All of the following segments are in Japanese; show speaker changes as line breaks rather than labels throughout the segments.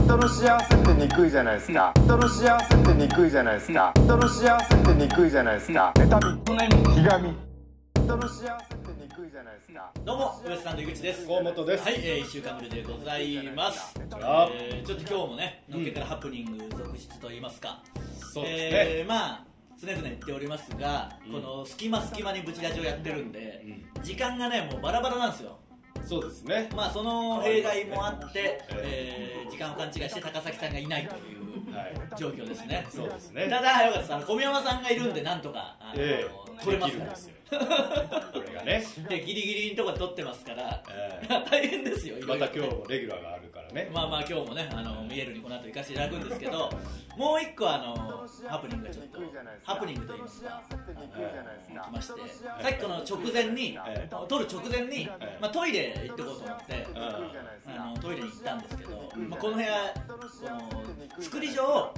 人の幸せってにくいじゃないですか人の幸せってにくいじゃないですか人の幸せってにくいじゃないですか妬みひがみ人の幸せってにくいじゃないですか
どうもウエストランド井口です
河本です
はい、えー、1週間ぶりでございます、
ら
えーちょっと今日もねのっけからハプニング続出といいますか、
そうですね
えーまあ常々言っておりますが、この隙間隙間にブチラジをやってるんで、時間がねもうバラバラなんですよ
そうですね。
まあその弊害もあっ
変わり
て
ま、すね
えー時間を勘違いして高崎さんがいないという
はい。
状況ですね
そうですね
ただよかったですあの小宮山さんがいるんでなんとかあの、
ええ、
取れま
ですきる
か
ん
ら
ですよ。これがね。
でギリギリのとこで撮ってますから、
え
大変ですよいろ
ま
い
た
ろ
今日もレギュラーがあるからね。
まあまあ今日もねあの見えるにこの後行かせていただくんですけどもう一個あのハプニングがちょっとハプニングと言いますか来ましてさっきこの直前に
え
撮る直前に、
え
まあ、トイレ行ってこうと思って
ん
あのトイレに行ったんですけど、
ん
まあ、この部屋この作り上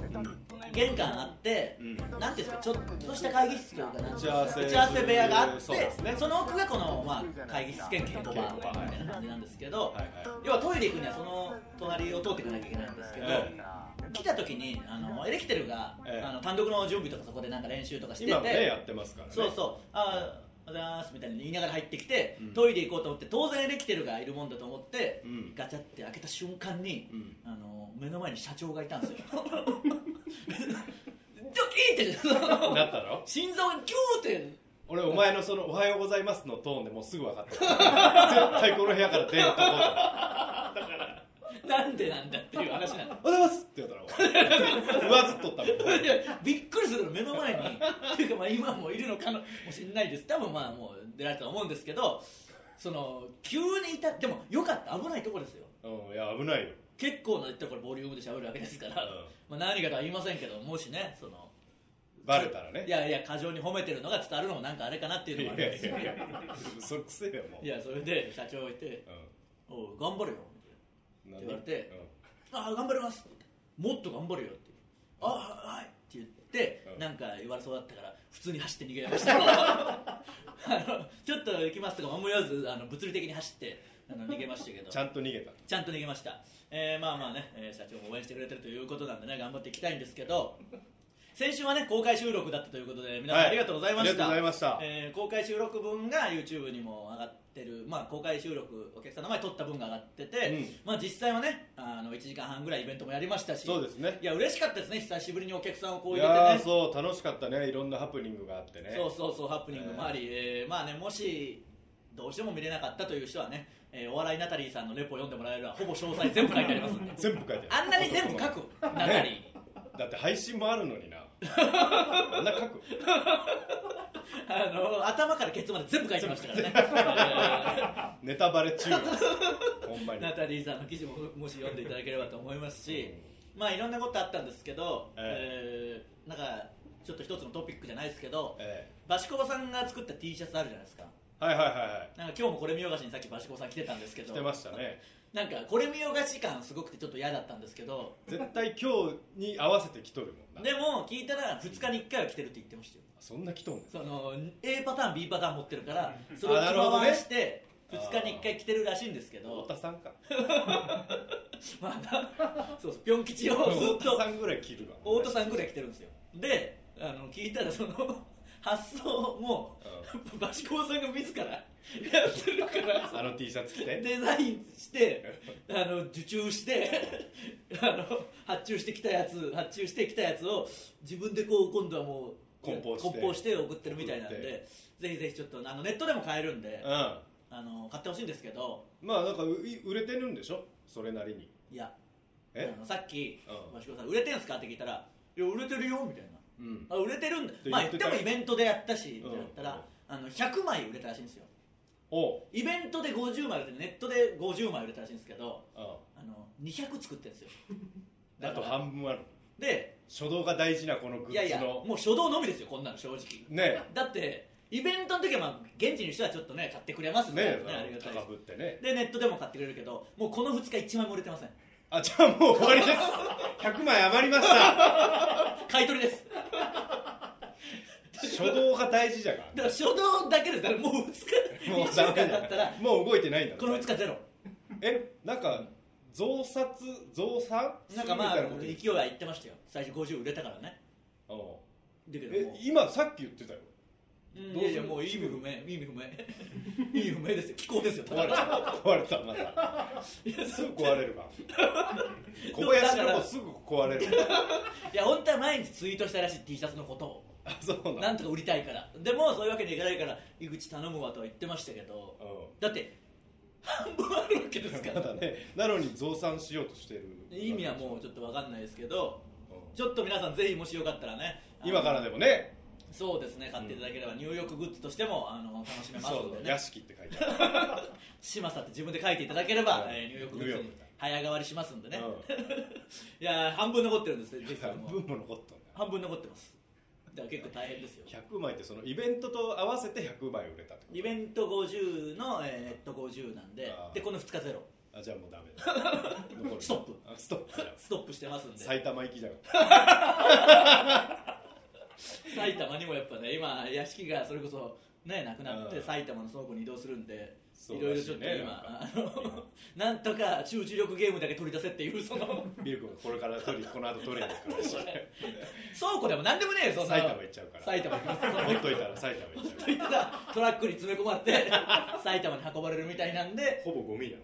玄関あって、
うん
なんていうんですかちょっとした会議室というかなんていうんですか
打
打
ち
ち合
合わ
わ
せ
せ部屋があって
そ
そ,、
うですね
の奥がこの、まあ、会議室兼稽古場み
稽古場はい
たいな感じなんですけど、
はい
要はトイレ行くにはその隣を通っていかなきゃいけないんですけど、
え
来た時にあのエレキテルが、
ええ
あの単独の準備とかそこでなんか練習とかしてて
今もねやってますからね。
そうそう「あーおはようございます」みたいに言いながら入ってきて、
うん
トイレ行こうと思って当然エレキテルがいるもんだと思って、
うん
ガチャって開けた瞬間に、
うん
あの目の前に社長がいたんですよドキーンってその
なったろ
心臓がギューって
俺お前のその「おはようございます」のトーンでもうすぐ分か った絶対この部屋から出ると思った
なんでなんだっていう話なんだ
おはようございます」って言ったら上ずっとったもん
いやびっくりするの目の前にっていうかまあ今もいるのかもしれないです多分まあもう出られたと思うんですけどその急にいたでもよかった危ないとこですよ
うんいや危ないよ
結構な言ったらこれボリュームで喋るわけですから、まあ、何かとは言いませんけどもしねその
バレたらね
いやいや過剰に褒めてるのが伝わるのもなんかあれかなっていう
い
のもあるん
や
で
い
すよ
やいや嘘くせえよもう
いやそれで社長がいて「おう頑張れよ」みたいな
うん
って言われて「ああ頑張ります」もっと頑張るよ」って「ああはい」って言って、
うん
なんか言われそうだったから普通に走って逃げましたあ のちょっと行きますとかも思わずあの物理的に走ってあの逃げましたけ
う
ど
んちゃんと逃げた
ちゃんと逃げました、えーまあまあね、えー社長も応援してくれてるということなんでね頑張っていきたいんですけど先週はね公開収録だったということで皆さん
はい
ありがとうございました、
ありがとうございました
えー公開収録分が YouTube にも上がってる、まあ、公開収録お客さんの前に撮った分が上がってて、
うん
まあ、実際はねあの1時間半ぐらいイベントもやりましたし
そうですね
いや嬉しかったですね久しぶりにお客さんをこう
い
入れて
や
ね
ーそう楽しかったねいろんなハプニングがあってね
そうそうそうハプニングもあり、えーまあねもしどうしても見れなかったという人はね、えーお笑いナタリーさんのレポを読んでもらえればほぼ詳細全部書いてあります んで
全部書いてあ
あ
る
んなに全部書くナタリー
ねだって配信もある のになあんな書く
あの頭からケツまで全部書いてましたからね、
ネタバレ注意ほんま
えー
に
ナタリーさんの記事ももし読んでいただければと思いますしまあいろんなことあったんですけど、え
え
ーなんかちょっと一つのトピックじゃないですけど
え
バシコバさんが作った T シャツあるじゃないですか
えはいはいはいはい
なんか今日もこれ見よがしにさっきバシコバさん来てたんですけど
してましたね
なんかこれ見よがし感すごくてちょっと嫌だったんですけど
絶対今日に合わせて来とるもんな
でも聞いたら2日に1回は来てるって言ってましたよ
そんな来とんねん
その A パターン B パターン持ってるからそれを
あなるほど
着
ね
回して2日に1回来てるらしいんですけ
太
ど
田さんか
まあなそうそうピョン吉をずっ
太
と
田さんぐらい切るわ
太田さんぐらい来てるんですよであの聞いたらその発想もバシコウさんが自らやってるから
あの T シャツ着て
デザインしてあの受注してあの発注してきたやつ発注してきたやつを自分でこう今度はもう
梱包して
送ってるみたいなん
送っ
でぜひぜひちょっとあのネットでも買えるんで
うんま
あの買ってほしいんですけど
あなんかうい売れてるんでしょそれなりに
いや
え
あのさっき
うん
益子さん「売れてんすか?」って聞いたら「いや売れてるよ」みたいな
うん
「あ売れてるんだ」
て
まあ
言
言
っ
ってて
た
もイベントでやったしってなった
うん
らあの100枚売れたらしいんですよ
おう
イベントで50枚売れてネットで50枚売れたらしいんですけど
うん
あの200作ってるんですよ
あと半分ある
で
初動が大事なこのグッズの
いやいやもう初動のみですよこんなの正直
ね
だってイベントの時はまあ現地にしてはちょっとね買ってくれます
え
ね
ね
ねあり
え
がたい
高ぶってね
でネットでも買ってくれるけどもうこの2日1枚も売れてません
あじゃあもう終わり です100枚余りました
買い取りです
初動が大事じゃか
だから初動だけですからもう2
ら
日
も
1
う
週
ダ
間
メ
経
だ
ったら
もう動いてないんだ
この2日ゼロ
えなんか増刷増産
なんかまあ
するみたいなこと
勢いは言ってましたよ最初50売れたからね
う
だけ
ん
ども
え今さっき言ってたよ
うん
どう
いやい
す
や
る
もう意味不明意味不明 意味不明ですよ気候ですよた
壊
だ
れた壊れたまたすぐ壊れるわ
も
小林の子すぐ壊 れるわ
いや本当は毎日ツイートしたらしい T シャツのことを
あそうなん
なんとか売りたいからでもそういうわけにいかないから井口頼むわとは言ってましたけど
う
だって半分あるわけですか
ん ま
ら
だねなのに増産しようとしてる
意味はもうちょっと分かんないですけど
うん
ちょっと皆さんぜひもしよかったらね
今からでもね
そうですね買っていただければ入浴グッズとしてもあの楽しめますの
そう
で
そう
ね
屋敷って書いてある
嶋佐って自分で書いていただければ、
うん
えー入浴グッズ
入
に
浴
早変わりしますんでね、
うん
いやー半分残ってるんですよ実は
半
もう
分も残ったんだ
半分残ってますだから結構大変ですよ
100枚ってそのイベントと合わせて100枚売れたってこと
イベント50の、えーっと50なんで
あー
でこの2日ゼロ
あじゃあもうダメ だ残る
ストップ
あストップだ
ストップしてますんで
埼玉行きじゃん
埼玉にもやっぱね今屋敷がそれこそねなくなっ
う
て
ん
埼玉の倉庫に移動するんで
そう
いろい
ら
ろ
しい
ちょっと
ね
今あのなんとか集中力ゲームだけ取り出せっていうその
ミルクがこれから 取りこの後取りに行くからし
倉庫でもなんでもねえよそんな
埼玉行っちゃうから
埼玉行きます
ほっといたら埼玉行っちゃう
と言ったらトラックに詰め込まれて埼玉に運ばれるみたいなんで
ほぼゴミや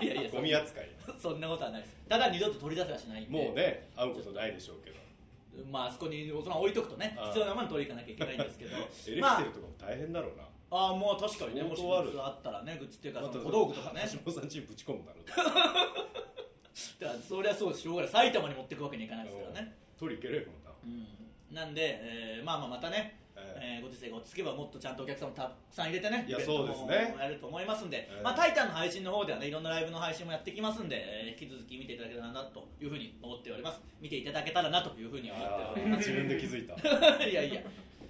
いやいや
ゴミ扱い
そんなことはないですただ二度と取り出せはしないんで
もうね会うことないでしょうけど
まああそこにその置いとくとね
あー
必要なもの取りに行かなきゃいけないんですけど
エレキ
ま
テルとかも大変だろうな、
ああーもう確かにねもしグ
相当ある
ッズあったらねグッズっていうか
ま
その小道具とかね
橋本さんちぶち込むだろう
だからそりゃそうですしょうがない埼玉に持ってくわけにいかないですからね、
取り行ければま
うん、なんで、えーまあまあまたね、
た、え
えーご時世が落ち着けばもっとちゃんとお客さんもたくさん入れてね
いや
イベントも
そうですね
やると思いますんで、
えー
まあ、タイタンの配信の方ではねいろんなライブの配信もやってきますんで、えー引き続き見ていただけたらなというふうに思っております見ていただけたらなというふうに思って
あ
おり
ー
ま
自分で気づいた
す いやいや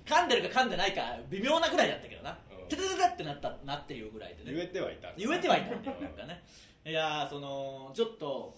噛んでるか噛んでないか微妙なくらいだったけどな
うん
ててててってなったなっていうぐらいでね
言えてはいた
言えてはいたんだよなんかねいやーそのちょっと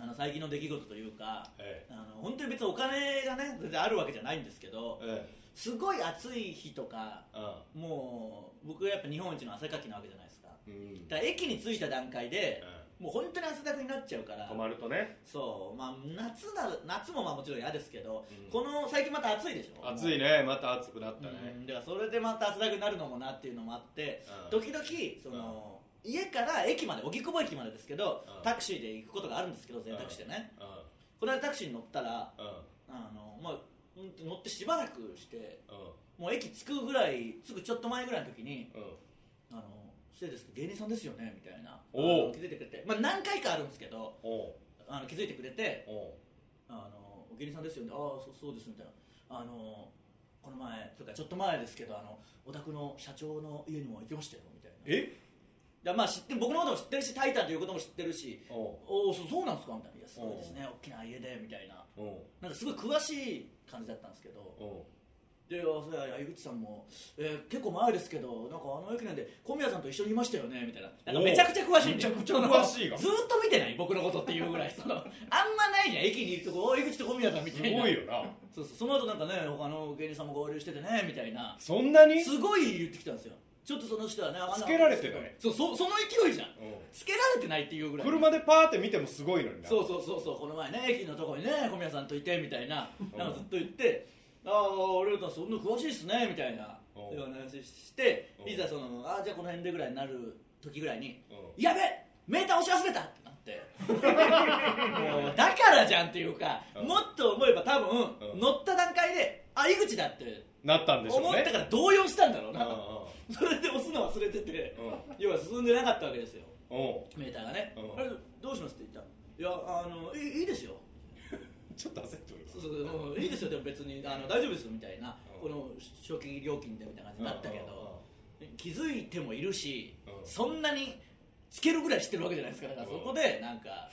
あの最近の出来事というか
え
あの本当に別にお金がね全然あるわけじゃないんですけど
ええ
すごい暑い日とか
えあ
もう僕はやっぱ日本一の汗かきなわけじゃないですか
うん、うん
だから駅に着いた段階でもう本当に汗だくになっちゃうから
止まるとね
そうまあ夏な夏もまあもちろん嫌ですけど、
うん
この最近また暑いでしょ
暑いねまた暑くなった
う
ね、
んだからそれでまた汗だくになるのもなっていうのもあって
うん
時々その、家から駅まで荻窪駅までですけど、
うん
タクシーで行くことがあるんですけど全タクシーでね、
う
この間タクシーに乗ったら
んうん
あの、まあ、うん乗ってしばらくして
うん
もう駅着くぐらい着くちょっと前ぐらいの時に
うん
「あの失礼ですけど芸人さんですよね」みたいな
おう
あの気づいてくれて、まあ、何回かあるんですけど
おう
あの気づいてくれて
おう
「あの芸人さんですよね」「ああそうそうです」みたいな「あのこの前とかちょっと前ですけどあのお宅の社長の家にも行ってましたよ」みたいな。
え
いやまあ知って僕のことも知ってるし「タイタン」ということも知ってるし
おう
「おおそそうなんですか?」みたいな「いやすごいですね大きな家で」みたいな
おう
なんかすごい詳しい感じだったんですけど
おう
でそれは井口さんも、えー結構前ですけどなんかあの駅なんで小宮さんと一緒にいましたよねみたいななんかめちゃくちゃ詳しいんだよ
めちゃくちゃ詳しいが
そのずーっと見てない僕のことっていうぐらいそのあんまないじゃん駅にいるとこお井口と小宮さんみ
す
たいな
ごいよな
そうそうその後なんかね他の芸人さんも合流しててねみたいな
そんなに
すごい言ってきたんですよちょっとその人はねあんな
つけられてない
そうそその勢いじゃん
う
つけられてないっていうぐ
ん
らい
車でパーって見てもすごいのにな
そうそうそうそうこの前ね駅のとこにね小宮さんといてみたいな
うん
なんかずっと言って「ああ俺らとはそんな詳しいっすね」みたいな
うん
いう話して
うん
いざその「ああじゃあこの辺で」ぐらいになる時ぐらいに
うん
「やべメーター押し忘れた!」ってなってもうだからじゃんっていうか
うん
もっと思えば多
う
分
ん
乗った段階で「あ井口だ」って
なったんでしょうね
思ったから動揺したんだろう
うん
なそれで押すの忘れてて
うん
要は進んでなかったわけですよ
うんうん
メーターがね、
うん
あれどうしますって言ったらいやあのいいいいですよ
ちょっと焦っており
そうそうもういいですよでも別にあの大丈夫ですよみたいな、
うん
この初期料金でみたいな感じになったけ
うんうん
ど、気づいてもいるし、
うん
そんなにつけるぐらい知ってるわけじゃないですかだから
うん
そこでなんか、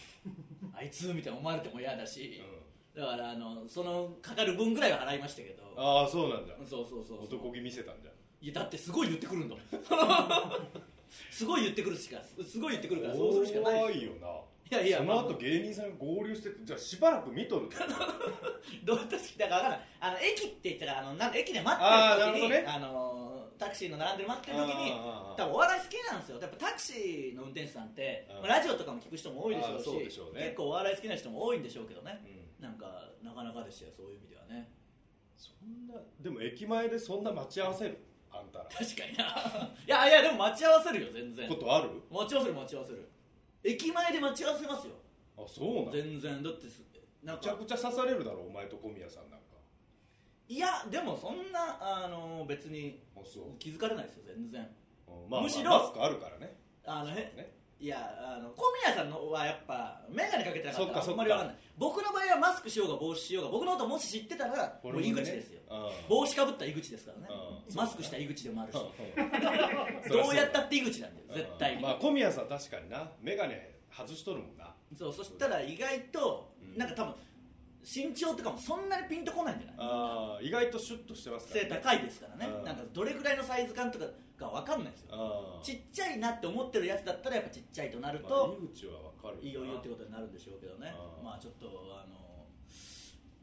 あいつみたいな思われても嫌だし、だからあのそのかかる分ぐらいは払いましたけど、
ああそうなんだ
そうそうそうそう
男気見せたんじゃん
いやだってすごい言ってくるんだもん すごい言ってくるしかすごい言ってくるからそうするしかない
怖いよない
やいや
その後芸人さんが合流しててじゃあしばらく見とる
どうだから分からないあの駅って言ったらあのなんか駅で待ってる時に
あーなるほどね
あのタクシーの並んで待ってる時に
うんうんうんう
多
ん
分お笑い好きなんですよやっぱタクシーの運転手さんって
うん
まあラジオとかも聞く人も多いでしょう
あー
し
そうでしょうね
結構お笑い好きな人も多いんでしょうけどね
うん
なんかなかなかでしたよそういう意味ではね
そんなでも駅前でそんな待ち合わせるあんたら
確かにないやいやでも待ち合わせるよ全然
ことある
待ち合わせる待ち合わせる駅前で待ち合わせますよ
あそうなのめ
全然だってすなん
ちゃ
か
くちゃ刺されるだろお前と小宮さんなんか
いやでもそんなあの別に
あそう
気づかれないですよ全然
うんまあ、
むしろ
まあマスクあるからね
あのへ
ね
いやあの小宮さんのはやっぱ眼鏡かけてなかった
そっかそ
らあ
っか
んまりわかんない僕の場合はマスクしようが帽子しようが僕のこともし知ってたらもう井口ですよ
俺もね
帽子かぶった井口ですからね
うん
マスクした井口でもあるし
うんそりゃ
ど
そうう
やったって井口なんだよ絶対
うん
に
まあ小宮さん確かにな眼鏡外しとるもんな
そうそしたら意外と
うん
なんか多分身長とかもそんなにピンとこないんじゃない
あー意外とシュッとしてますか
背
ら、ね、
高いですからね
うん
なんかどれくらいのサイズ感とかが分かんないですよ
あー
ちっちゃいなって思ってるやつだったらやっぱちっちゃいとなる
まあ
と、
井口はわかるない
いよいよってことになるんでしょうけどね
あー
まあちょっとあの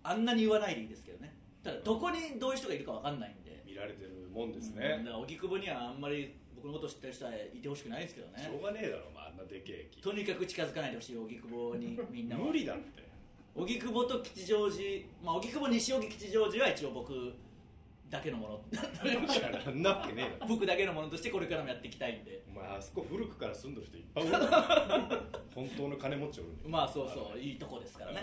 あんなに言わないでいいですけどねただどこにどういう人がいるかわかんないんで
見られてるもんです
うん
ね
だ、から荻窪にはあんまり僕のこと知ってる人はいてほしくないですけど
しょ
ね
うがねえだろ、まあ、あんなでけえ駅
とにかく近づかないでほしい荻窪にみんなは
無理だって
荻窪と吉祥寺まあ荻窪西荻吉祥寺は一応僕だけのもの
いやなんなわけねえだろ
僕だけのものとしてこれからもやっていきたいんで
お前あそこ古くから住んでる人いっぱいお るから本当の金持ちおるね
まあそうそうういいとこですからね、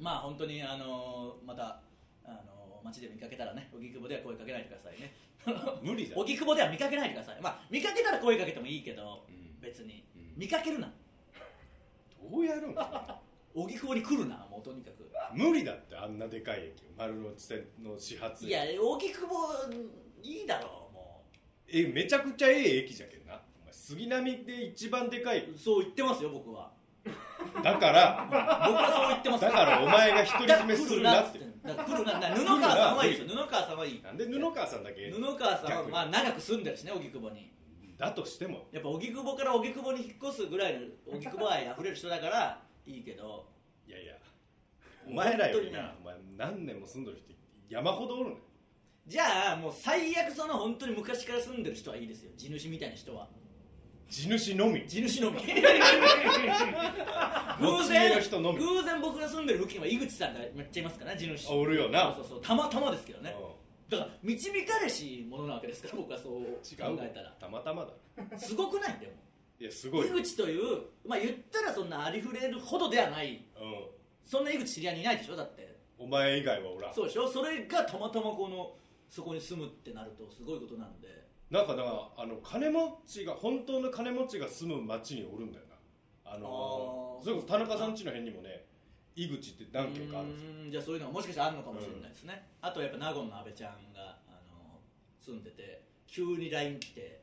ん
まあ本当にあのまたあの街で見かけたらね荻窪では声かけないでくださいね
無理だよ
荻窪では見かけないでくださいまあ見かけたら声かけてもいいけど、
うん
別に、
うん
見かけるな
どうやるんですか
荻窪に来るなもうとにかく
無理だってあんなでかい駅丸の内線の始発
いや荻窪いいだろうも
えめちゃくちゃええ駅じゃけんなお前杉並で一番でかいう
そう言ってますよ僕は
だから
僕はそう言ってます
だからお前が独り
だか
占
ら
め
来
する
る
な
な
っ
っててだから来るなだから布川さんはいいですよ布川さんはいい
なんで布川さんだけ
布川さんは
逆に
まあ長く住んでるしね荻窪に
だとしても
やっぱ荻窪から荻窪に引っ越すぐらいの荻窪愛あふれる人だからいいけど
いやいやお前らより
本
なお前何年も住んどる人山ほどおるね
じゃあもう最悪その本当に昔から住んでる人はいいですよ地主みたいな 人は
地主のみ
地主のみ
持
偶
ち家
然
の人のみ
偶然僕が住んでる付近は井口さんがめっちゃいますからね地主
あおるよな
そうそうそうたまたまですけどね
う
だから導かれしものなわけですから僕はそうん
違う
考えたら
たまたまだ
すごくないでも
いやすごい
井口というまあ言ったらそんなありふれるほどではない
うん
そんな井口知り合いにいないでしょだって
お前以外はおらん
そうでしょそれがたまたまこのそこに住むってなるとすごいことなんで
なんかだからあの金持ちが本当の金持ちが住む町におるんだよなあの
あー
それこそ田中さん家の辺にもね井口って何軒かあるんですよ
うーんじゃあそういうのがもしかしたらあるのかもしれないですね、あとやっぱ納言の阿部ちゃんがあの住んでて急に LINE 来て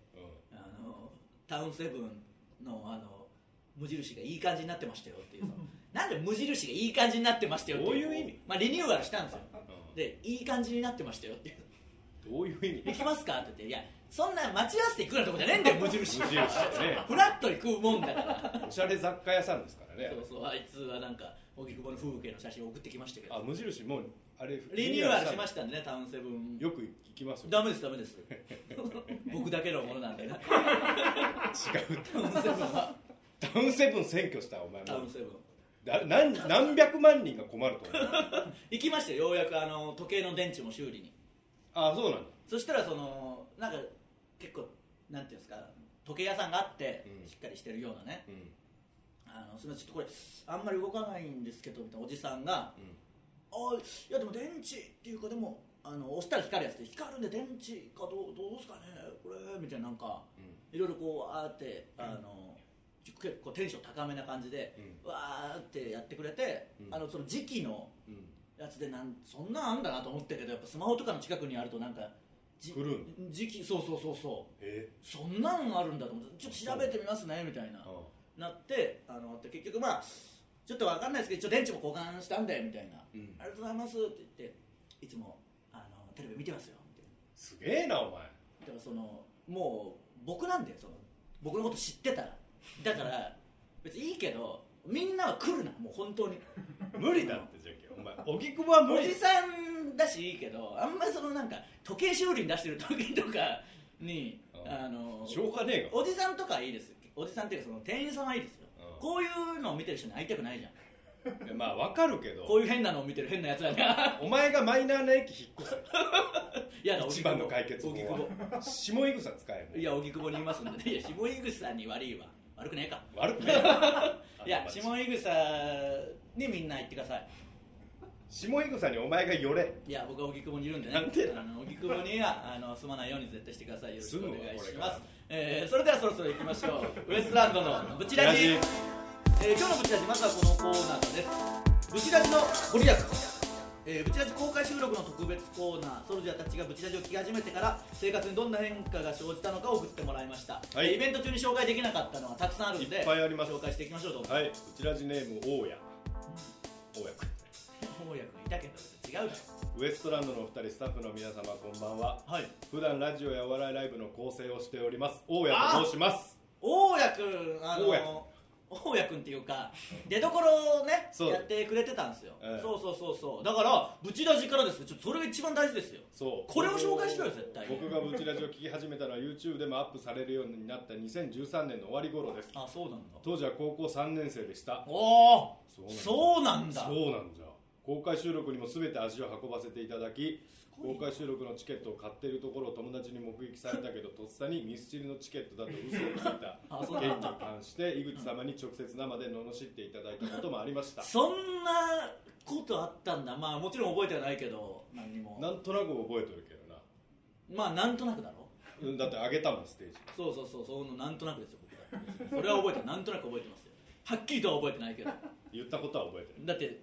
あのタウンセブンのあの無印がいい感じになってましたよって いうそのなんで無印がいい感じになってましたよっていう
どういう意味
まあ、リニューアルしたんですよ
うん
でいい感じになってましたよっていう
うんどういう意味
行きますかって言っていやそんな待ち合わせて行くようなとこじゃねえんだよ無
無
印
印だね
フラットに食うもんだから
おしゃれ雑貨屋さんですからね
そうそうあいつはなんか荻窪の風景の写真を送ってきましたけど
あ無印もうあれ
リニューアルしま
し
したんでねタウンセブン
よく行きますよ
ダメですダメです 僕だけのものなんで ね
違う
タウンセブンは
ダウンセブン占拠したお前
タウ
も
ンセブン
だ何何百万人が困ると思う
行きましたよようやくあの時計の電池も修理に
あそうなんだ
そしたらそのなんか結構なんていうんですか時計屋さんがあって、
うん
しっかりしてるようなね
うん
あのすみませんちょっとこれあんまり動かないんですけどみたいなおじさんが
うん
「あいやでも電池っていうかでもあの押したら光るやつで光るんで電池かどうどうですかねこれ」みたいななんか
う
いろいろこうあーってあの、結構テンション高めな感じで、わーってやってくれて、
うん
あのその時期の
んうん
やつでなんそんなんあんだなと思ったけどやっぱスマホとかの近くにあるとなんかじ
来る
時期そうそうそうそう
え
そんなんあるんだと思ってちょっと調べてみますねみたいな
あ
なってあので結局まあちょっとわかんないですけど一応電池も交換したんでみたいな、
うん
ありがとうございますって言っていつもあのテレビ見てますよみたいな
すげえなお
だ
前
からそのもう僕なんだよその僕のこと知ってたらだから別にいいけどみんなは来るなもう本当に
無理だってじゃけお前荻窪は無
お
理
じさんだしいいけどあんまりそのなんか時計修理に出してる時とかに
うん
あの
しょうがねえが
おじさんとかはいいですよおじさんっていうかその店員さんはいいですよ
うん
こういうのを見てる人に会いたくないじゃん
いやまあわかるけど
こういう変なのを見てる変なやつら が
お前がマイナーな駅引っ越
やだ
せ一番の解決法
荻窪
は下井草使えもう
いや荻窪にいますんでねいや下井口さんに悪いわ悪くねえか
悪くない
いや下井口さんにみんな行ってください
下井草にお前が寄れ
いや僕は荻窪にいるんでね
なんでだ
あの荻窪にはあの住まないように絶対してくださいよろしくお願い
住
し
む
ま
わこれか
す
ら、
えーそれではそろそろ行きましょうウエストランドのブチラジ
ブチラジ
えー今日のブチラジまずはこのコーナーですブチラジのご利益えーブチラジ公開収録の特別コーナーソルジャーたちがブチラジを聞き始めてから生活にどんな変化が生じたのかを送ってもらいました、
は
え
い
ーイベント中に紹介できなかったのはたくさんあるんで
いっぱいあります
紹介していきましょうと思
はいこちらジネーム大家大家
翻訳いたけど違うだろ
君ウエストランドのお二人スタッフの皆様こんばんは
はい
普段ラジオやお笑いライブの構成をしております大家と申します
大家くんあ
大
の大家くんっていうか出所をね
そう
やってくれてたんですよ、
ええ
そうそうそうそうだからブチラジからですよちょっとそれが一番大事ですよ
そう
これを紹介しろよ絶対に
僕がブチラジを聞き始めたのは YouTube でもアップされるようになった2013年の終わり頃です
あそうなんだ
当時は高校3年生でした
おお
そうなんだ
そうなんだ
そうなんじゃ公開収録にも全て足を運ばせていただき
ごい
公開収録のチケットを買っているところを友達に目撃されたけどとっさにミスチルのチケットだと嘘をついた
あそう
件
な
に
んだ
関して井口様に直接生で罵っていただいたこともありました
そんなことあったんだまあもちろん覚えてはないけど何にも
なんとなく覚えてるけどな
まあなんとなくだろ
うんだってあげたもんステージ
そうそうそうそうのなんとなくですよ僕だってそれは覚えてるなんとなく覚えてますよはっきりとは覚えてないけど
言ったことは覚えてる
だって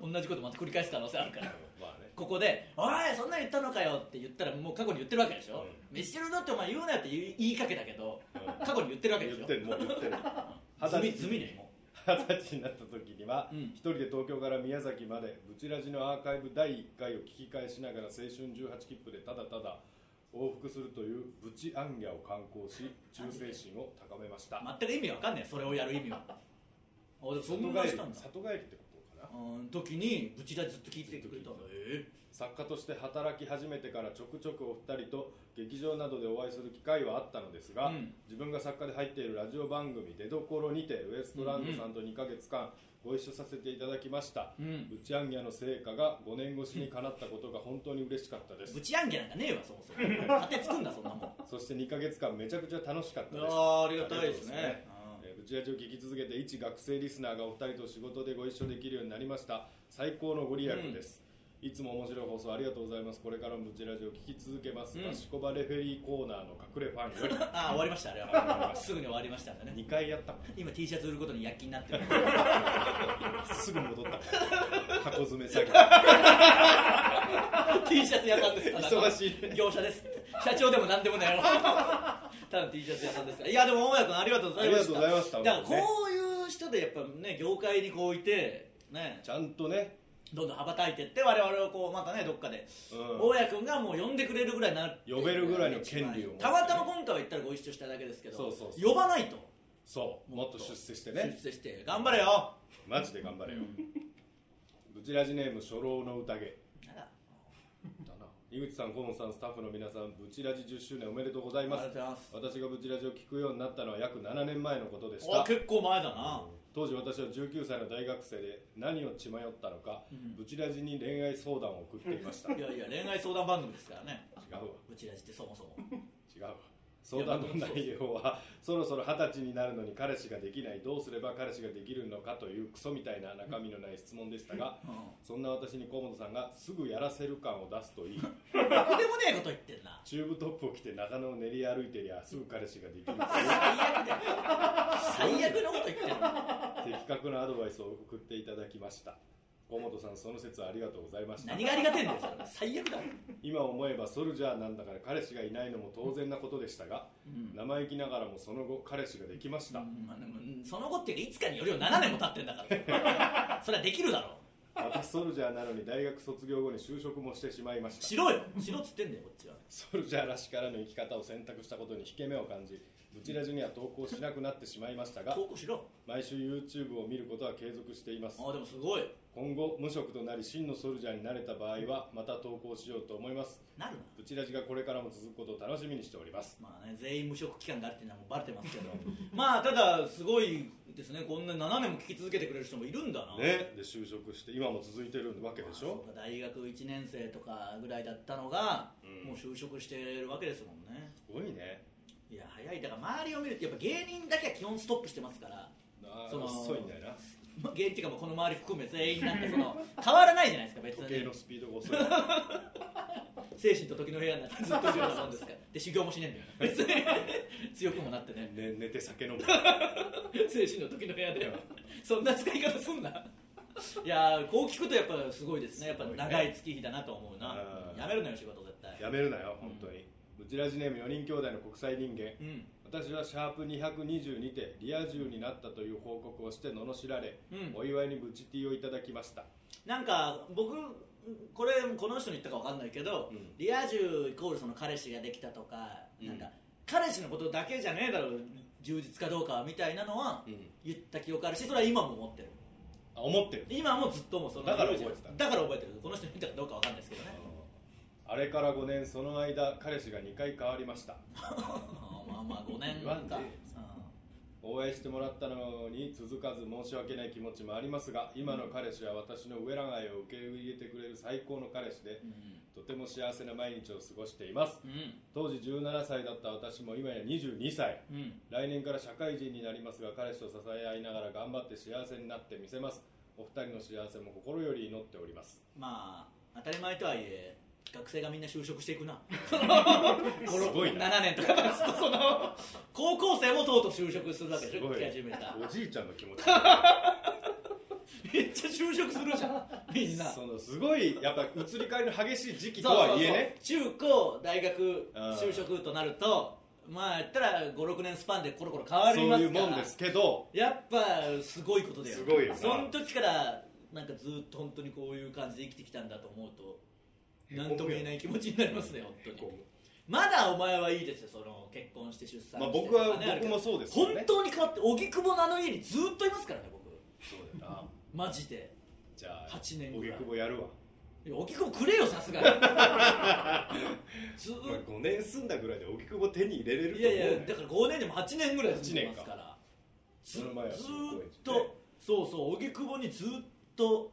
同じことまた繰り返す可能性あるから
まあね
ここで「おいそんなん言ったのかよ」って言ったらもう過去に言ってるわけでしょ、
う
ミスチルだってお前言うなよって言い言いかけたけ ど
うん
過去に言ってるわけで
言
し
っ
ょ
てるもう言ってる
ずみずみねも
二十歳になった時には、
うん
一人で東京から宮崎までブチラジのアーカイブ第1回を聞き返しながら青春18切符でただただ往復するというブチアンギャを観光し忠誠心を高めました
う全く意味わかんないそれをやる意 味はあでもそん
里
な
帰り
したんだ
里帰りってことかな
うん時にブチラジずっと聞いてくれたのえ
作家として働き始めてからちょくちょくお二人と劇場などでお会いする機会はあったのですが、
うん
自分が作家で入っているラジオ番組「出所にてウエストランドさんと2ヶ月間ご一緒させていただきました、
うん
ブチアンギャの成果が5年越しにかなったことが本当に嬉しかったで
ー
す
ブチアンギャなんかねえわそもそも勝手につくんだそんな もん
そして2ヶ月間めちゃくちゃ楽しかったです
あーあり
えーブチラジを聞き続けて一学生リスナーがお二人と仕事でご一緒できるようになりました最高のご利益です、いつも面白い放送ありがとうございますこれからもブチラジを聞き続けます、
うん
マシコバレフェリーコーナーの隠れファンよ り
あー終わりましたあれはすぐに終わりましたんでね
2回やったも
今 T シャツ売ることに躍起になって る
んすぐ戻ったもん 箱詰め詐欺
T シャツ屋さんですから
忙しいね
業者です社長でも何でもないよただ T シャツ屋さんですからいやでも大家君ありがとうございました
ありがとうございました
だから
本当にね
こういう人でやっぱね業界にこういてね
ちゃんとね、
どんどん羽ばたいてって我々をこうまたねどっかで、
うん
大家君がもう呼んでくれるぐらいになる
呼べるぐらいの権利を持って
たまたま今回は行ったらご一緒しただけですけど
そうそうそう
呼ばないと
そうもっと出世してね
出世して頑張れよ
マジで頑張れよ、ブチラジネーム初老の宴
なんか
井口さん、河本さん、スタッフの皆さん、ブチラジ10周年おめでとうございます。
ありがとう
私がブチラジを聞くようになったのは約7年前のことでし
お
た。
結構前だな、
当時私は19歳の大学生で何を血迷ったのか、ブチラジに恋愛相談を送っていま した。違
いやいや恋愛相談番組ですからね
うわ、
うちらじってそもそも
違うわ。相談の内容は、そろそろ二十歳になるのに彼氏ができない、どうすれば彼氏ができるのかというクソみたいな中身のない質問でしたが、そんな私に河本さんがすぐやらせる感を出 すといい。
ろくでもねえこと言ってんな
チューブトップを着て中野を練り歩いてりゃすぐ彼氏ができる
最悪だよ最悪のこと言ってる
的確なアドバイスを送っていただきました小本さんその説はありがとうございました
何がありがてんだよそれ最悪だよ
今思えばソルジャーなんだから彼氏がいないのも当然なことでしたが、生意気ながらもその後彼氏ができました、
まあでもうんその後っていうかいつかによるよ7年も経ってんだからそれはできるだろ
またソルジャーなのに大学卒業後に就職もしてしまいました
しろよしろっつってんだよこっちは
ソルジャーらしからぬ生き方を選択したことに引け目を感じブチラジには投稿しなくなってしまいましたが
投稿しろ
毎週 YouTube を見ることは継続しています
ああでもすごい
今後無職となり真のソルジャーになれた場合はまた投稿しようと思います
なる
ブチラジがこれからも続くことを楽しみにしております
なまあね全員無職期間があるっていうのはもうバレてますけどまあただすごいですねこんな7年も聞き続けてくれる人もいるんだな
ねで就職して今も続いてるわけでし
そ
ょ
うか大学1年生とかぐらいだったのが、
うん
もう就職してるわけですもんね
すごいね
いや早いだから周りを見るとやっぱ芸人だけは基本ストップしてますから
あ
その
遅いんだよな
まあ芸人っていうかもうこの周り含め全員なんかその変わらないじゃないですか別
時計
に
のスピードが遅いあ
精神と時の部屋になってずっと強さんですからで修行もしねえんだよ別に強くもなってね
ね寝て酒飲む
精神の時の部屋だよそんな使い方すんないやーこう聞くとやっぱすごいですねやっぱ長い月日だなと思うな、
うん
やめるなよ仕事絶対
やめるなよ本当に、ブチラジネーム4人兄弟の国際人間
うん
私はシャープ222でリア充になったという報告をして罵られ、
うん
お祝いにブチティをいただきました
なんか僕これこの人に言ったかわかんないけど、
うん
リア充イコールその彼氏ができたとか、
うん
なんか彼氏のことだけじゃねえだろ充実かどうかはみたいなのは
うん
言った記憶あるしそれは今も思ってる
あ思ってる
今もずっともうその
だから覚えてた
だから覚えてるこの人に言ったかどうかわかんないですけどね
あれから5年その間彼氏が2回変わりました
あー まあまあ5年
言わんで
か、
ええお会いしてもらったのに続かず申し訳ない気持ちもありますが今の彼氏は私の上らがいを受け入れてくれる最高の彼氏で
うん
とても幸せな毎日を過ごしています
うん
当時17歳だった私も今や22歳
うんうん
来年から社会人になりますが彼氏と支え合いながら頑張って幸せになってみせますお二人の幸せも心より祈っております
まあ当たり前とはいえ学生がみんな就職していく な
すごいな
7年とかずっとその高校生もとうとう就職するわけでし
す
ょ
ごい
来始めた
おじいちゃんの気持ち
めっちゃ就職するじゃ んみんな
そのすごいやっぱ移り変わりの激しい時期とはいえね
そうそうそう中高大学
うん
就職となるとまあ言ったら56年スパンでコロコロ変わります
い
か
う
ら
もんですけど
やっぱすごいことだよ
すごいよな
その時からなんかずっと本当にこういう感じで生きてきたんだと思うと何とも言えない気持ちになりますね本当にまだお前はいいですよその結婚して出産して
まあ僕は
とかねあるけ
僕
ど
もそうですよ
本
ね
当に変わって荻窪のあの家にずっといますからね僕
そうだよな
マジで
じゃあ
八年ぐらい
荻窪やるわ
いや荻窪くれよさすがにずっ
お前5年住んだぐらいで荻窪手に入れれる
い
と
や
思う
い
い
やだから5年でも8年ぐらい住んでますからず
その前は
ず
新
ー
高円
っ
寺ね
とそうそう荻窪にずっと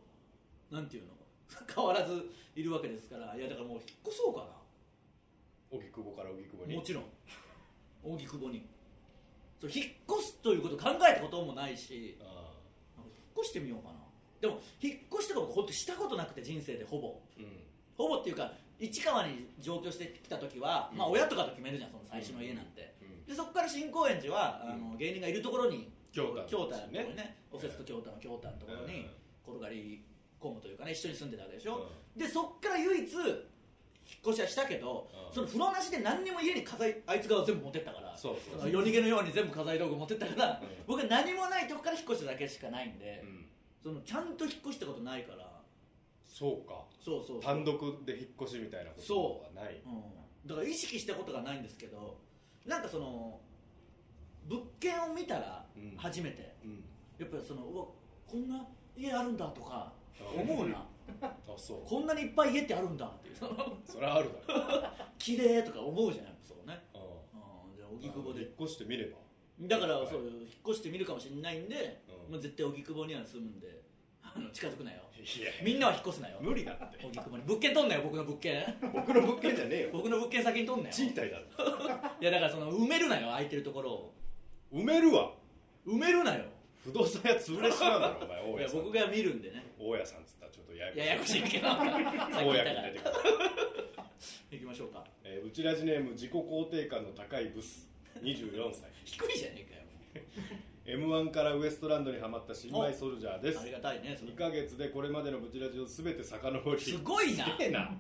なんていうの 変わらずいるわけですからいやだからもう引っ越そうか
荻窪から荻窪
な
に
もちろん荻窪にそう引っ越すということ考えたこともないし
あ
なんか引っ越してみようかなでも引っ越しとかもほんとしたことなくて人生でほぼ
ーうん
ほぼっていうか市川に上京してきた時は、まあ親とかと決めるじゃんその最初の家なんて、
うん
でそこから新高円寺は、あの芸人がいるところに
京丹の
京丹
地
の
に
ところ
ね
にねおせつと京丹の京丹のところ
うん
に転がり込むというかね一緒に住んでたわけでしょ、
う
でそっから唯一引っ越しはしたけど、
うん
その風呂なしで何にも家に家財あいつが全部持ってったから
そうそうそう
の夜逃げのように全部家財道具持ってったから、
うん
僕は何もないとこから引っ越しただけしかないんで、
うん
そのちゃんと引っ越したことないから
そうか
そうそうそう
単独で引っ越しみたいなことはない
うん、だから意識したことがないんですけどなんかその物件を見たら
うん
初めて、
うん
やっぱりそのうわこんな家あるんだとか
あ
思うな
あそう
こんなにいっぱい家ってあるんだっていうその
それはあるだろ
綺麗とか思うじゃないそうね、
う
うん、じゃあ
ん
荻窪
引っ
で
越してみれば
だから
はい
そう引っ越してみるかもしれないんで、
うん
まあ、絶対荻窪には住むんで あの近づくなよ
いや
みんなは引っ越すなよ
無理だって
荻窪に物件取んなよ僕の物件
僕の物件じゃね えよ
僕の物件先に取んなよ
賃貸だって
いやだからその埋めるなよ空いてるところを
埋めるわ
埋めるなよ
不動産屋潰れしまうだろお前大
い
家
や
さん
僕が見るんでね
大家さんっつったらちょっとや
ややこしいけ ど
大家になってくる
行きましょうか
えーうちラジネーム自己肯定感の高いブス24歳
低いじゃねえかよ
m 1からウエストランドにはまった新米ソルジャーです
ありがたいねそれ
2ヶ月でこれまでのブチラジを全て遡り
すごいな
すげえな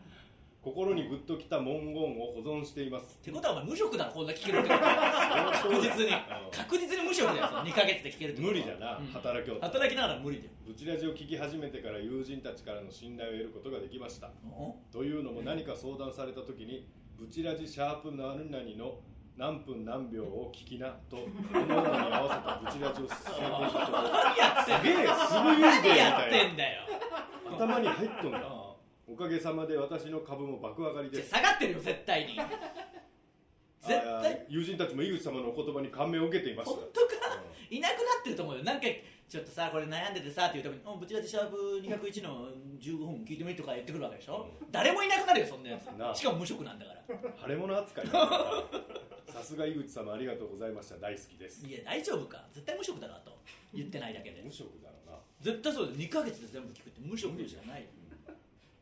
心にグッときた文言を保存しています
ってことはお前無職だろこんな聞けるって ことは確実に
うん
確実に無職だよその2ヶ月で聞けるってこと
無
は
理だな、
うん
働きを
働きながら無理だよ
ブチラジを聞き始めてから友人たちからの信頼を得ることができました
お
というのも何か相談された時にブチラジシャープ何々の何分何秒を聞きなとこのように合わせたブチラジを進めていくと
何やってん
すげえすごい運動み
何や
た
って
い
んだよ
な頭に入っとんだ
うん
おかげさまで私の株も爆上がり
じ
で
ゃあ
す
下がってるよ絶対に絶
あ
対
ー友人たちも井口様のお言葉に感銘を受けていました
本当かいなくなってると思うよなんかちょっとさこれ悩んでてさっていうために「うんぶち出しシャープ201の15分聞いてもいい?」とか言ってくるわけでしょ、誰もいなくなるよそんなや
なあ
つしかも無職なんだから
腫れ物扱いだったさすが井口様ありがとうございました大好きです
いや大丈夫か絶対無職だなと言ってないだけで
無職だろうな
絶対そうだよ2ヶ月で全部聞くって無職じゃないよ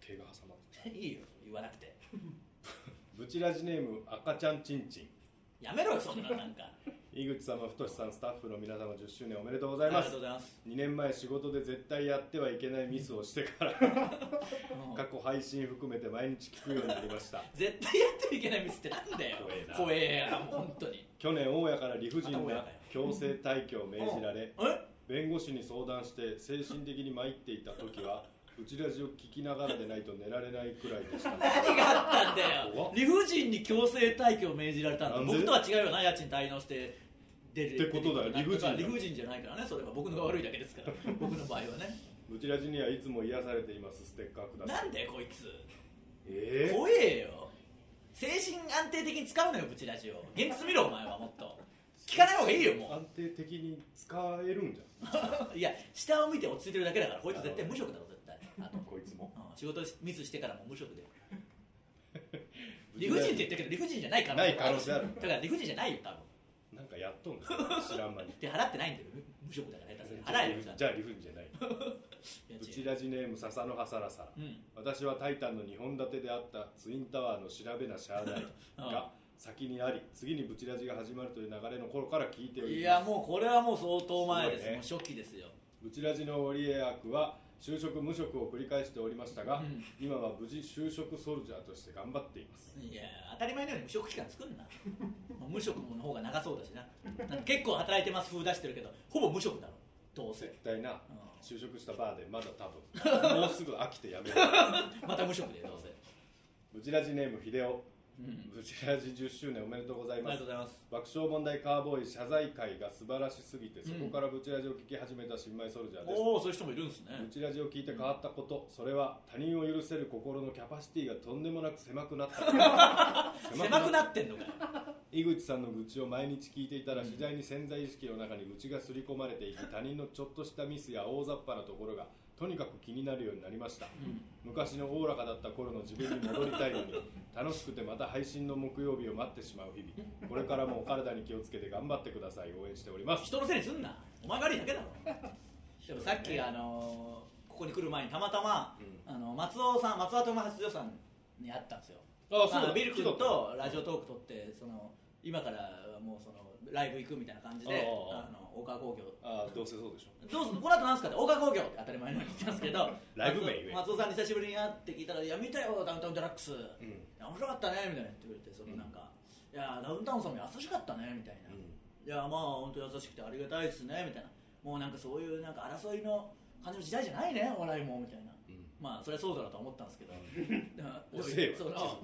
手が挟まって
いいよ言わなくて
ブチラジネーム赤ちゃんちんちん
やめろよそんななんか
井口様太さんスタッフの皆様10周年おめでとうご
あ
ざい
りが
ま
とう
す
ございます
2年前仕事で絶対やってはいけないミスをしてから
うん
過去配信含めて毎日聞くようになりました
絶対やってはいけないミスってなんだよ
怖えな
怖えやもう本当に
去年大家から理不尽
また大家
な
かよ
強制退去を命じられ
うんえ
弁護士に相談して精神的に参っていた時はうちラジを聞きながらでないと寝られないくらいでした
何があったんだ
怖
よ
っ
理不尽に強制退去を命じられたんだ
なんで
僕とは違うよな家賃滞納して出る
ってことだよ
出てくるなん
理
理
不尽だ
不尽じゃないからねそれは僕のが悪いだけです から僕の場合はね
ブチラジにはいつも癒されていますステッカーくださ
ないんでこいつ
え
怖えよ精神安定的に使うなよブチラジを現実見ろお前はもっと聞かない方がいいよ
ー
も
安定的に使えるんじゃん
ういや下を見て落ち着いてるだけだからこいつ絶対無職だろ絶対あと、
こいつも
うん仕事ミスしてからも無職で理不尽って言ったけど理不尽じゃない可能
ない可能性ある
だから理不尽じゃないよ多分
なんかやっとんだ知ら ん間に
で払ってないんだよ無職だから下手する払えるじゃん
じゃあ理不尽じゃないブチラジネーム笹の葉サラサラ
うん
私は「タイタン」の2本立てであったツインタワーの調べなしゃあないが先にあり次にブチラジが始まるという流れの頃から聞いております
いやもうこれはもう相当前です
すごいね
もう初期ですよ
ブチラジの折江役は就職無職を繰り返しておりましたが、
うん
今は無事就職ソルジャーとして頑張っています
いや当たり前のように無職期間作るなもう無職の方が長そうだしななんか結構働いてます風出してるけどほぼ無職だろどうせ
絶対な、
ん
就職したバーでまだ多分もうすぐ飽きて辞める
また無職でどうせ、
ブチラジネーム秀夫
うん、
ブチラジ10周年おめでとうござ
あ
い
りが
ま
と
す
うございます
爆笑問題カーボーイ謝罪会が素晴らしすぎてそこからブチラジを聞き始めた新米ソルジャーです、
おおそういう人もいるんですね
ブチラジを聞いて変わったこと、それは他人を許せる心のキャパシティがとんでもなく狭くなったこと
狭くなってんのかよ
井口さんの愚痴を毎日聞いていたら次第に潜在意識の中に愚痴が刷り込まれていき他人のちょっとしたミスや大雑把なところがとにかく気になるようになりました、昔のおおらかだった頃の自分に戻りたいのに楽しくてまた配信の木曜日を待ってしまう日々これからもお体に気をつけて頑張ってください応援しております
人のせいにすんなお前が悪いだけだろでもさっき、あのーここに来る前にたまたま、あの松尾さん松尾智八郎さんに会ったんですよ
あそうだ
のビル君
来た
とラジオトーク撮ってその今からはもうそのライブ行くみたいな感じで
あ
あ
あああ
の大川工業
ああどうせそうでしょ
どうすんのこの後なんすかって大川工業って当たり前のように言ったんですけど
ライブ名言え
松尾松尾さんに久しぶりに会って聞いたら「いや見たよダウンタウンデラックス」いや面白かったね」みたいな言ってくれてそのなんか「いやダウンタウンさんも優しかったね」みたいな「いやまあ本当優しくてありがたいですね」みたいなもうなんかそういうなんか争いの感じの時代じゃないねお笑いもみたいな、まあそれはそうだなとは思ったんですけどで も
遅えわ
その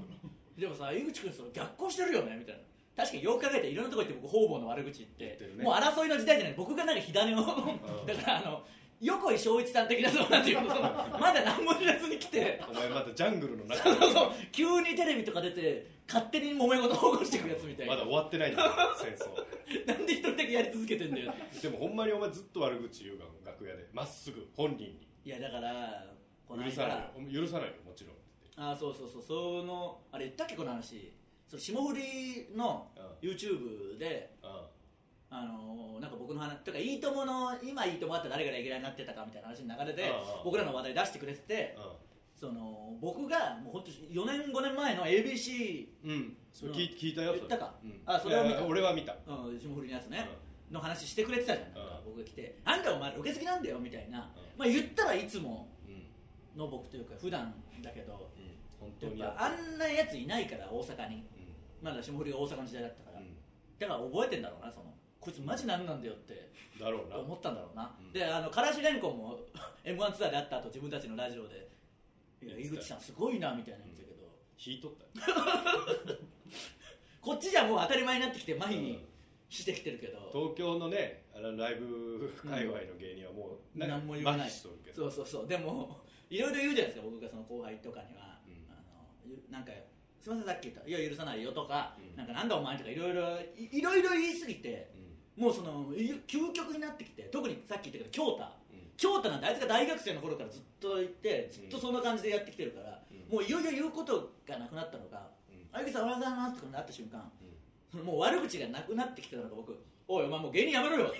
でもさ井口君その逆行してるよねみたいな確かによく考えていろんなとこ行って僕方々の悪口言って
言ってるね
もう争いの時代じゃない僕がなんか火種をだからあの横井翔一さん的なそうなんていうそのまだ何も知らずに来て
お前またジャングルの中で
そう急にテレビとか出て勝手に揉め事を起こしてくるやつみたい
ま
な
だ終わってないんだよ戦争
なんで一人だけやり続けてんだよ
でもほんまにお前ずっと悪口言うが楽屋でまっすぐ本人に
いやだからこの
許さ
間
ないよ許さないよもちろん
あーそうそうそうそのあれ言ったっけこの話その霜降りの
う
YouTube で
あ
あのーなんか僕の話とか「いいとも!」の今「いいとも!」あったら誰がレギュラーになってたかみたいな話の流れで
うんうん
僕らの話題出してくれててその僕がもう本当4年5年前の ABC
うん、うん、それ聞い聞いたよそれ
言ったか
うん、
あそれを見た
いやいや俺は見た
うん、霜降りのやつね、の話してくれてたじゃんなんか
う
僕が来て「なんだよお前ロケ好きなんだよ」みたいな、
うん
まあ言ったらいつも
うん、うん、
の僕というか普段だけど
本当
やっ
に
ぱあんなやついないから大阪にまだ霜降りが大阪の時代だったから、
うん、
だから覚えてんだろうなそのこいつマジ何なんだよって
うん、だろうな
思ったんだろうな、
うん
であのからしれんこんも m 1ツアーで会った後自分たちのラジオで「いや井口さんすごいな」みたいな言ってたけど、
引いとったよ
こっちじゃもう当たり前になってきて麻痺
うん
にしてきてるけど、
東京のねあのライブ界隈の芸人はもうなんか
何も言わない
麻痺しとるけど
そうそうそうでも いろいろ言うじゃないですか僕がその後輩とかには、
う
あ
ん
のゆなんか「すいませんさっき言ったいや許さないよ」とか、
うん
なんかなんだお前」とかいろいろいいろいろ言いすぎて
う
もうそのい究極になってきて特にさっき言ったけど京太
んうん
京太なんてあいつが大学生の頃からずっといてずっとそんな感じでやってきてるから、
うん
もういよいよ言うことがなくなったのが
うん
「あゆきさんおはようございます」とかなった瞬間
うん
そのもう悪口がなくなってきてたのが僕「おいお前もう芸人やめろよ」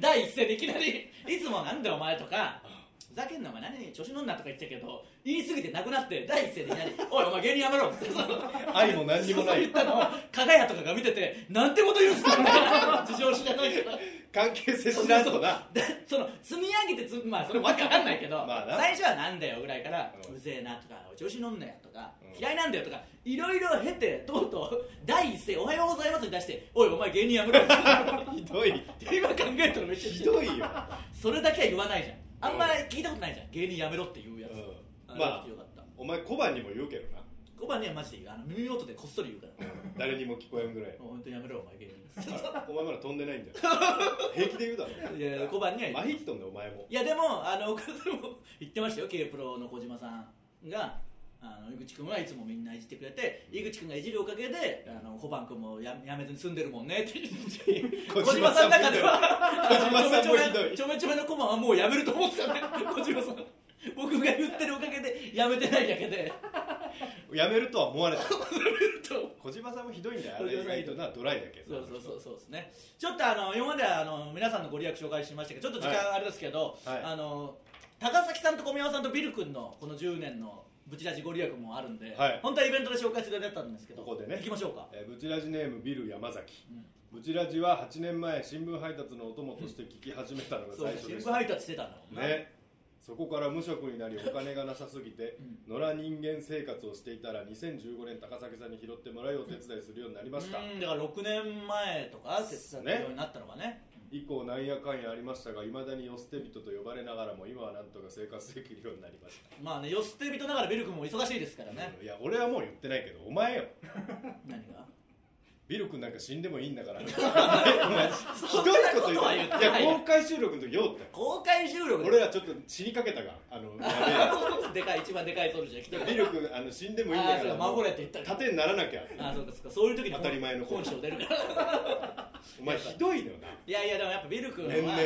第一声でいきなり「いつもなんだよお前」とか「ふざけんなお前何に調子乗んな」とか言ってたけど言い過ぎてなくなって第一声でいきなり「おいお前芸人やめろ」ってその
愛も何にもな
そう
い
言ったのを加賀谷とかが見てて「なんてこと言うんすか」みたいな事情知らないから。
関係性知らん とな
でその積み上げてつまあそれわけわかんないけど、
まあな
最初はなんだよぐらいから、
う
うんぜえなとか調子乗んなよとか、
うん
嫌いなんだよとかいろいろ経てとうとう第一声「おはようございます」に出して「おいお前芸人やめろ」っ
ひどい
て今考えたらめっちゃ
ひどいよ、
それだけは言わないじゃんあんまり聞いたことないじゃん芸人やめろっていうやつ、
う
あ
ん、
れ
まあ
よかった
お前小判にも言うけどな
小判にはマジで言うあの耳元でこっそり言うから
誰にも聞こえんぐ らい
「もう本当にやめろお前芸 人
お前まだ飛んでないんだよ 平気で言うだろ」
いやいや小判には言う
マヒットんだよお前も
いやでもあのでも言ってましたよ K プロの小島さんがあの井口君はいつもみんないじってくれて井口君がいじるおかげであの小判君もややめずに住んでるもんねって言って小島さんの中では
小島さんも
あの
ひどい
ちょめちょめちょめちょめの小判はもうやめると思ってたね小島さん僕が言ってるおかげでやめてないだけで
やめるとは思われた
と
小島さんもひど いんだよあれ意外となドライだけど
そうそうそうそうですねちょっとあの今まではあの皆さんのご利益紹介しましたけどちょっと時間あれですけど、
はい
あの高崎さんと小宮山さんとビル君のこの10年のブチラジご利益もあるんで、
はい
本当はイベントで紹介する予定だったんですけど
ここでね
行きましょうか
えーブチラジネームビル山崎、
うん
ブチラジは8年前新聞配達のお供として聞き始めたのが
そうだ
最初
新
で
聞
した
配達してたんだもんな
ねそこから無職になりお金がなさすぎて野良人間生活をしていたら2015年高崎さんに拾ってもらいお手伝いするようになりました、
うんだから6年前とか手伝ったようになったのがね
以降なんやかんやありましたがいまだに寄捨て人と呼ばれながらも今はなんとか生活できるようになりました、
まあね寄捨て人ながらビル君も忙しいですからね、
いや俺はもう言ってないけどお前よ
何が
ビル君なんか死んでもいいんだから お前
そんなこ
ひどいこと言
とは
う
言って
い
ないよ
や公開収録の時ようって
公開収録で
俺らちょっと死にかけたがあの や
でかい一番でかいソルジャー来て
べ
る
え ビル君あの死んでもいいんだ
あー
か
そ
ら
う守れって言ったから
盾にならなきゃ
あそうかそうかそういう時に
当たり前の
本
声
性出るから
お前ひどいのよない
やいやでもやっぱビル君は
年々
い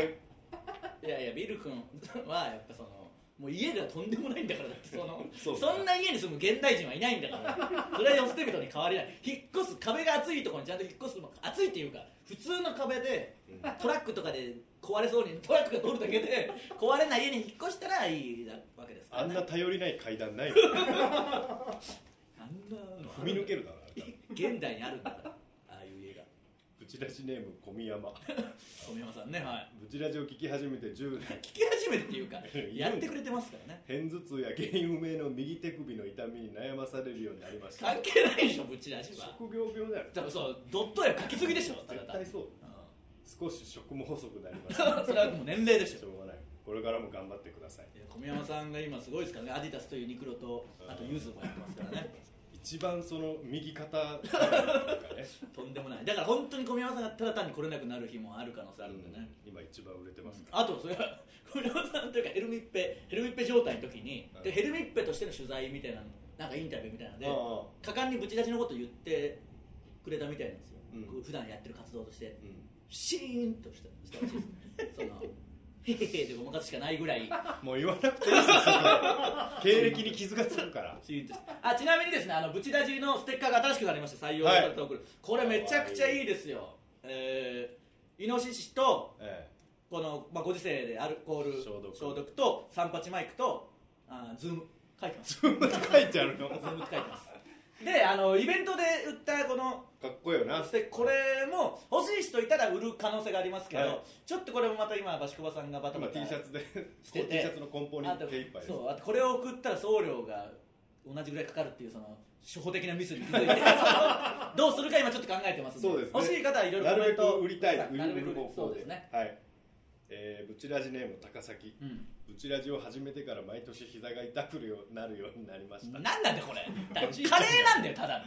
やいやビル君はやっぱそのもう家がとんでもないんだからだってその
そう
そんな家に住む現代人はいないんだからそれは寄捨て人に変わりない引っ越す壁が厚いところにちゃんと引っ越すの厚いっていうか普通の壁でトラックとかで壊れそうにトラックが通るだけで壊れない家に引っ越したらいいわけですか
あ
ら、
ん
ね、
な頼りない階段ないよ
あんな
踏み抜けるだろあれ
現代にあるんだからああいう家が
ブチラジネーム小宮山
富山さんねはい
ブチラジを聞き始めて10年
聞き始めてって いうか
いや
やってくれてますからね
片頭痛や原因不明の右手首の痛みに悩まされるようになりました
関係ないでしょぶち出しは
職業病だよ
多分そうドット絵を描きすぎでしょあな
絶
た
対そう
う
少し食も細くなりまし
ん それはもう年齢で
た
し
し
ょ
ょうがないこれからも頑張ってください
いや小宮山さんが今すごいですからねアディダスというユニクロとあとユーズもやってますからね
一番その右肩 がね
とんでもないだから本当に小宮山さんがただ単に来れなくなる日もある可能性あるんでね、
うん今一番売れてますから
あとそれは 小宮山さんというかヘルミッペヘルミッペ状態の時に
うん
でヘルミッペとしての取材みたいなのなんかインタビューみたいなので
ああ
果敢にぶち出しのこと言ってくれたみたいなんですよ、
うん
普段やってる活動として
うん
シーンとしたしたらしいですそのへへへでごまかすしかないぐらい
もう言わなくていいですよそこは経歴に傷がつくから
シーンとしたあちなみにですねあのブチダジのステッカーが新しくなりました採用された送る、これめちゃくちゃいいですよえー、イノシシと
え
この、まあ、ご時世でアルコール
消毒
と三八マイクとあーズーム書いてますズ
え 書いてあるのか
ームって書いてますであのイベントで売ったこの
っこいいよな
そしてこれも欲しい人いたら売る可能性がありますけど、
はい
ちょっとこれもまた今バシコバさんがバタバ
今
タ
T シャツで
捨てて
T シャツの梱包に
あと
手一杯です
そうあとこれを送ったら送料が同じぐらいかかるっていうその初歩的なミスに気 づいてどうするか今ちょっと考えてますん
そうですね
欲しい方はいろいろ
な
コメ
るべ
ント
く売りたい
さ
売
なるべ
る
く
方
そ
向
う
で
ですね
はいえーブチラジネーム高崎
うん
ブチラジを始めてから毎年膝が痛くるようなるようになり ました
なんなんだよ これだからカレーなんだよただ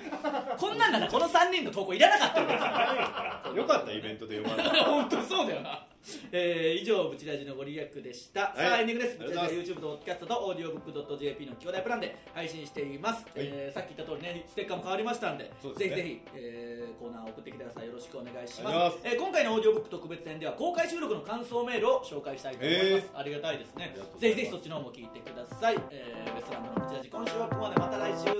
のこんなんならこの3人の投稿いらなかったよ別に
よかったイベントで呼ばれた
本当にそうだよな、えー以上ブチラジのご利益でした、
い
さあエンディングです
あ
ブ
り
チ
が
ラ
と
ジ
う
は
ご
YouTube と Podcast と audiobook.jp の兄弟プランで配信しています、えーさっき言った通りねステッカーも変わりましたんで
そう
ぜひ
です
ぜ
ね
ひ、えーコーナー送ってきてくださいよろしくお願いし
お願
ま
い
す
しま
えー今回のオーディオブック特別編では公開収録の感想メールを紹介したいと思います、ありがたいですね
ありがとうござ
ぜ
い
ひ
ます
ぜひそっちの方も聞いてください、えーウエストランドのブチラジ今週はここまでまた来週